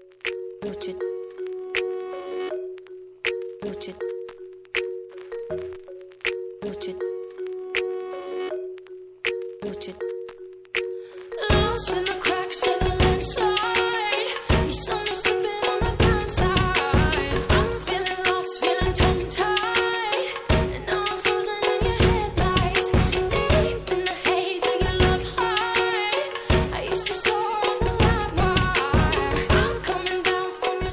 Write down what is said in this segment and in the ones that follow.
觉，我觉，我觉，我觉。 Lost in the cracks of a landslide. You saw me slipping on my blind side. I'm feeling lost, feeling tongue-tied, and now I'm frozen in your headlights. Deep in the haze of your love high, I used to soar on the light wire. I'm coming down from your.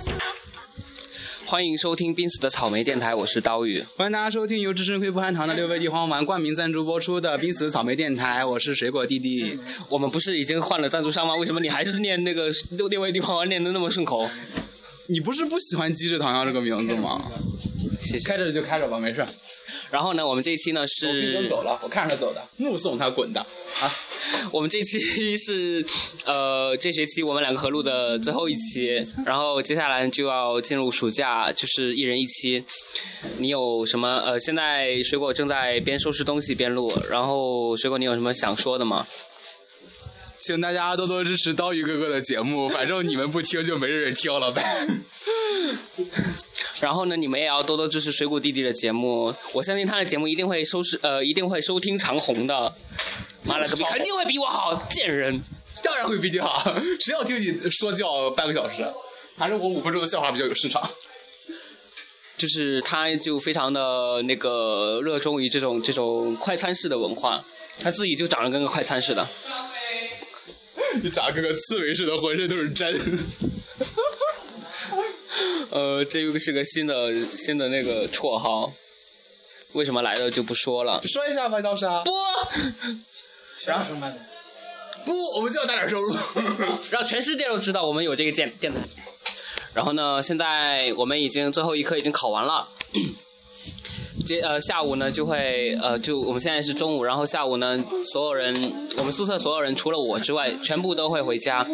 欢迎收听濒死的草莓电台，我是刀宇。欢迎大家收听由知识会不含糖的六味地黄丸冠名赞助播出的《濒死草莓电台》，我是水果弟弟。我们不是已经换了赞助商吗？为什么你还是念那个六六味地黄丸念的那么顺口？你不是不喜欢鸡翅糖药这个名字吗？谢谢。开着就开着吧，没事。然后呢，我们这一期呢我闭是灯，走了，我看着他走的，目送他滚的。 我们这期是呃这学期我们两个合录的最后一期，然后接下来就要进入暑假，就是一人一期。你有什么呃？现在水果正在边收拾东西边录，然后水果你有什么想说的吗？请大家多多支持刀鱼哥哥的节目， 反正你们不听就没人听了呗。 然后呢，你们也要多多支持水谷弟弟的节目，我相信他的节目一定会收视，呃，一定会收听长红的。妈了个逼，肯定会比我好，贱人！当然会比你好，谁要听你说教半个小时？还是我五分钟的笑话比较有市场。 就是他就非常的那个热衷于这种这种快餐式的文化，他自己就长得跟个快餐似的。你长得跟个刺猬似的，浑身都是针。呃，这又是个新的新的那个绰号，为什么来的就不说了。说一下吧，刀莎。不，不，我们就要打点收入。让全世界都知道我们有这个电电台。然后呢，现在我们已经最后一科已经考完了， 接呃下午呢就会呃就我们现在是中午，然后下午呢所有人我们宿舍所有人除了我之外，全部都会回家。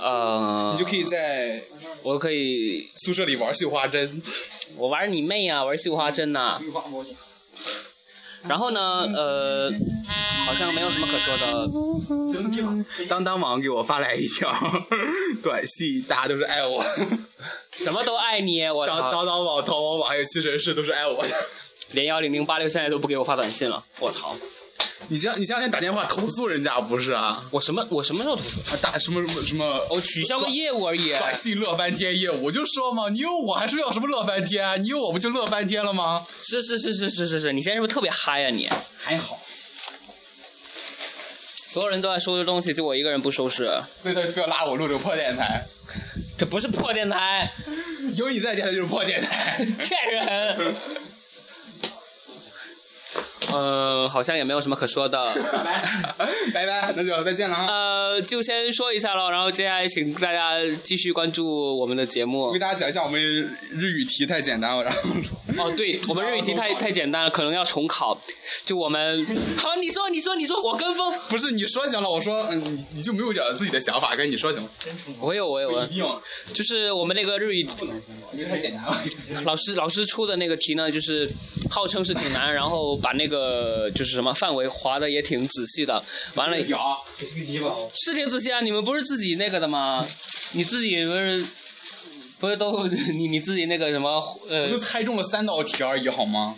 呃 你就，可以在我可以宿舍里玩绣花针。我玩你妹啊，玩绣花针呐、然后呢，呃，好像没有什么可说的。当当网给我发来一条 短信，大家都是爱 我。什么都爱你，我当啊操！当当网、淘宝网还有屈臣氏都是爱我的。连幺零零八六现在都不给我发短信了，我操！你这样，你前两天打电话投诉人家不是啊？我什么我什么时候投诉？啊打什么什么什么？哦我取消个业务而已。短信乐翻天业务，我就说嘛，你有我还说要什么乐翻天？啊你有我不就乐翻天了吗？是是是是是是是，你现在是不是特别嗨啊你？还好，所有人都在收拾东西，就我一个人不收拾。所以他非要拉我录这个破电台，这不是破电台，有你在电台就是破电台。 骗人。呃，好像也没有什么可说的。拜拜，那就再见了啊！呃，就先说一下喽，然后接下来请大家继续关注我们的节我目给。大家讲一下，我们日语题太简单了，然后哦，对，我们日语题太太简单了，可能要重考。就我 们，好，你说，你说，你说，我跟风。不是你说行了，我说嗯，你你就没有点自己的想法，跟你说行吗？我有，我有，我有一定，就是我们那个日语因为太简单了。老师老师出的那个题呢，就是号称是挺难，然后把那个就是什么范围划的也挺仔细的。完了，屌，给这个鸡吧，是挺仔细啊！你们不是自己那个的吗？你自己不是不是都你你自己那个什么我呃就？猜中了三道题而已，好吗？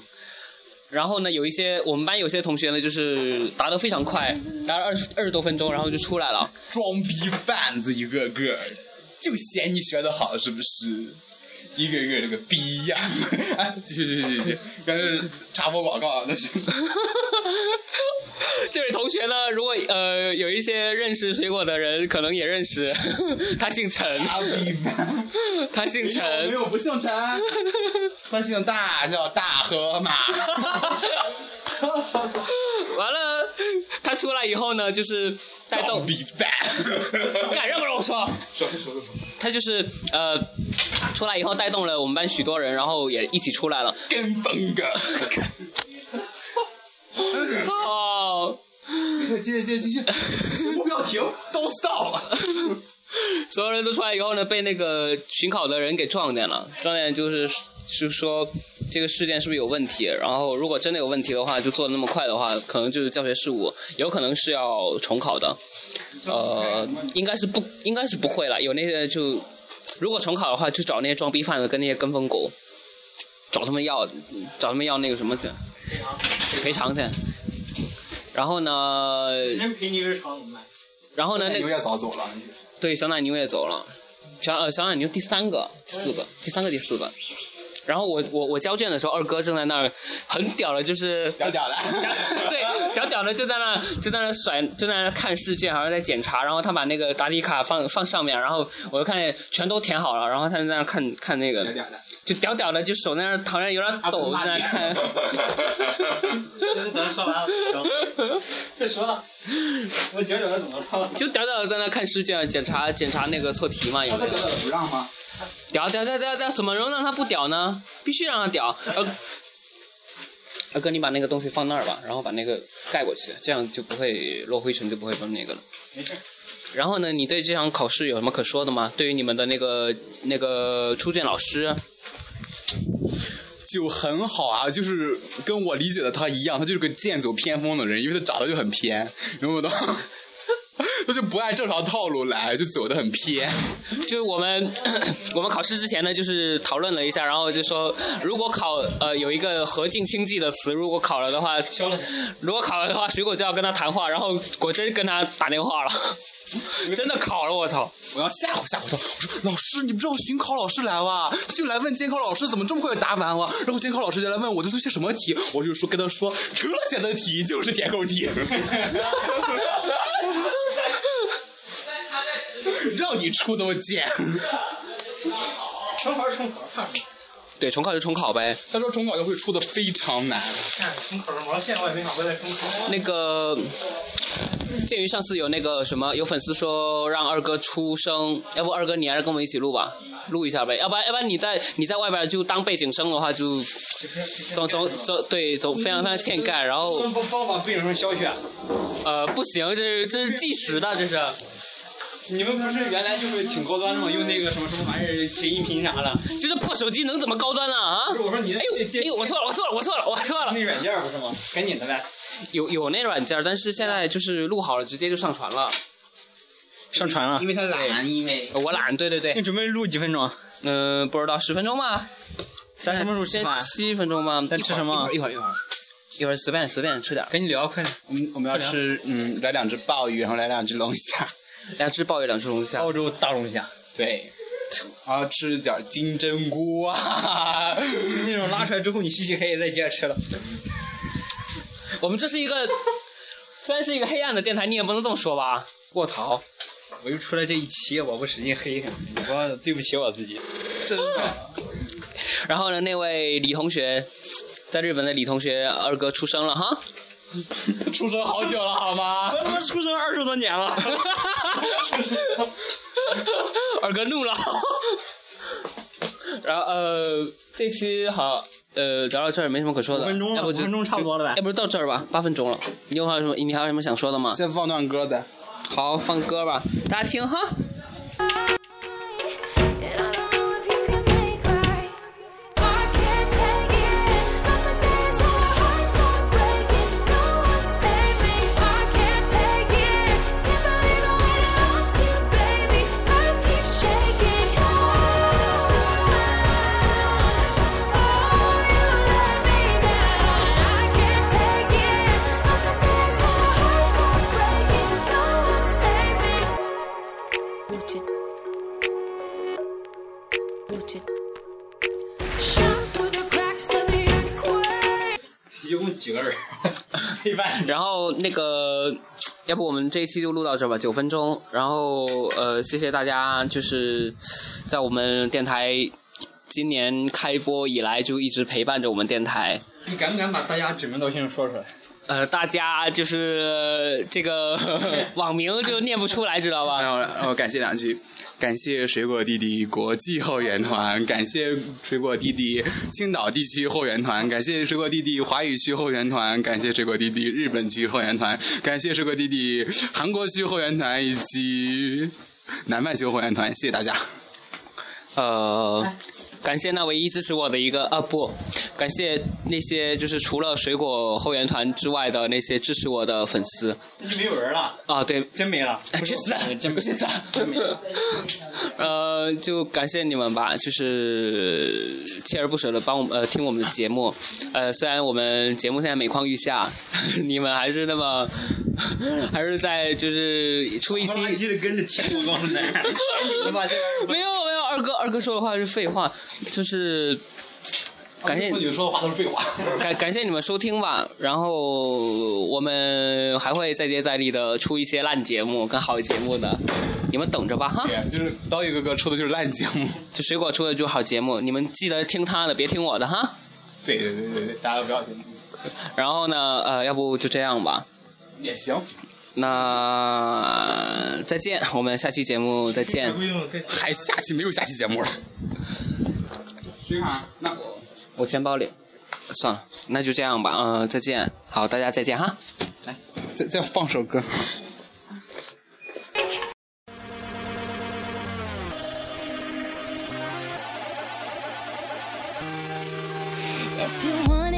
然后呢，有一些我们班有些同学呢，就是答得非常快，答了二十二十多分钟，然后就出来了。装逼贩子一个个，就嫌你学的好是不是？一个一个这个逼样， 哎，继续继续继续，刚才是插播广告啊，那是。 这位同学呢，如果呃有一些认识水果的人，可能也认识， 他姓陈，插逼贩子他姓哦没陈。 有不姓陈，他姓大，叫大河马。完了，他出来以后呢，就是 带动装，逼贩，敢让不让我说？手手手手，他就是呃，出来以后带动了我们班许多人，然后也一起出来了。跟风哥。哦，继续继续继续， 不要停，don't stop。所有人都出来以后呢，被那个巡考的人给撞见了。撞见就是是说这个事件是不是有问题？然后如果真的有问题的话，就做的那么快的话，可能就是教学事务，有可能是要重考的。呃，应该是不应该是不会了，有那些就如果重考的话，去找那些装逼贩子跟那些跟风狗，找他们要，找他们要那个什么去，赔偿去。然后呢，先陪你日常我们来。然后呢，那牛也早走 了，对，小奶牛也走了，小呃小奶牛第三个、第四个、第三个、第四个。然后我我我交卷的时候，二哥正在那儿很屌的，就是屌屌的。对，屌屌的就在那就在那甩，就在那看试卷，好像在检查。然后他把那个答题卡放放上面，然后我就看见全都填好了，然后他就在那看看那屌个，屌的。就屌屌的，就手在那儿好像有点抖，在那看。 就是等说完了，别说了，我觉得怎么说？就屌屌的在那看试卷，检查检查那个错题嘛有没有？不让吗？屌屌屌屌屌，怎么能让他不屌呢？必须让他屌。呃，二哥，你把那个东西放那儿吧，然后把那个盖过去，这样就不会落灰尘，就不会崩那个了。没事，然后呢，你对这场考试有什么可说的吗？对于你们的那个那个出卷老师，就很好啊，就是跟我理解的他一样，他就是个剑走偏锋的人，因为他长得就很偏，能不懂？ 他就不按正常套路来，就走的很偏。就是我们 我们考试之前呢，就是讨论了一下，然后就说如果考呃有一个和敬清济的词，如果考了的话，如果考了的话，水果就要跟他谈话，然后果真跟他打电话了， 真的考了，我操！我要吓唬吓唬他，我说老师，你不知道巡考老师来哇，他就来问监考老师怎么这么快就答完哇，然后监考老师就来问我这都些什么题，我就说跟他说，除了写的题就是填空 题。让你出那么贱，重考是重考，怕什么？对，重考就重考呗。他说重考就会出的非常难。看重考什么？现在我也没想回来重考。那个，鉴于上次有那个什么，有粉丝说让二哥出声，要不二哥你还是跟我们一起录吧，录一下呗，要不然要不然你在你在外边就当背景声的话就总总总对总非常非常欠盖，然后不帮把背景声消去啊？呃不行，这是这是计时的，这是你们不是原来就是挺高端的吗？用那个什么什么玩意儿剪音频啥的。就是破手机能怎么高端了啊？不是我说你那哎呦哎呦，我错了我错了我错了我错了那，软件不是吗？赶紧的呗。有有那软件，但是现在就是录好了直接就上传了，上传了，因为他懒，啊因为我懒，对对对，你准备录几分钟？嗯、不知道十分钟吧。咱什么时候吃哎先饭？七分钟吗？咱吃什么啊一会儿一会儿一会儿随便随便吃点儿，赶紧聊，快点。我们我们要吃，嗯，来两只鲍鱼，然后来两只龙虾，两只鲍鱼，两只龙虾。澳洲大龙虾， 对，然后吃点金针菇啊， 那种拉出来之后，你洗洗可以再接着吃了。我们这是一个，虽然是一个黑暗的电台，你也不能这么说吧？卧槽！我又出来这一期，我不使劲黑一下，你说对不起我自己。 真的，然后呢，那位李同学，在日本的李同学二哥出生了 哈。出生好久了好吗？他妈出生二十多 年了，二哥怒了。然后呃，这期好呃聊到这儿没什么可说的，五分钟了要不就五分钟差不多了呗要不就到这儿吧，八分钟了。你有还有什么？你还有什么想说的吗？先放段歌再。好，放歌吧，大家听哈。 And I don't know if you can make right. I can't take it. From the days when our hearts are breaking, no one saved me. I can't take it. Can't believe the way that I lost you, baby. Earth keeps shaking. Oh, you let me down. I can't take it. From the days when our hearts are breaking, no one saved me. Bullshit. Bullshit. Shot through the cracks of the earthquake. 一共几个人 陪伴你？然后那个，要不我们这一期就录到这儿吧，九分钟。然后呃，谢谢大家，就是在我们电台今年开播以来就一直陪伴着我们电台。你敢不敢把大家指名道姓说出来？呃，大家就是呃这个 网名就念不出来，知道吧？然后然后感谢两句，感谢水果弟弟国际后援团，感谢水果弟弟青岛地区后援团，感谢水果弟弟华语区后援团，感谢水果弟弟日本区后援团，感谢水果弟弟韩国区后援团以及南半球后援团，谢谢大家。呃，感谢那唯一支持我的一个啊不，感谢那些就是除了水果后援团之外的那些支持我的粉丝那就没有人了，啊，对，真没了。去死！真去死！呃，呃，就感谢你们吧，就是锲而不舍的帮我们呃听我们的节目，呃，虽然我们节目现在每况愈下， 你们还是那么， 还是在就是出一期后来一直跟着听我告诉你，我把这没有没有，二哥二哥说的话是废话，就是感谢你说的话都是废话。 感感谢你们收听吧，然后我们还会再接再厉的出一些烂节目跟好节目的，你们等着吧哈对。哎呀，就是刀鱼哥哥出的就是烂节目。就水果出的就是好节目，你们记得听他的，别听我的哈。对对对对对，大家不要听。然后呢，呃，要不就这样吧，也行，那呃再见，我们下期节目再见。还下期没有下期节目了。徐啊卡，那我我钱包里，算了，那就这样吧，嗯、再见，好，大家再见哈。再再放首歌。 If you want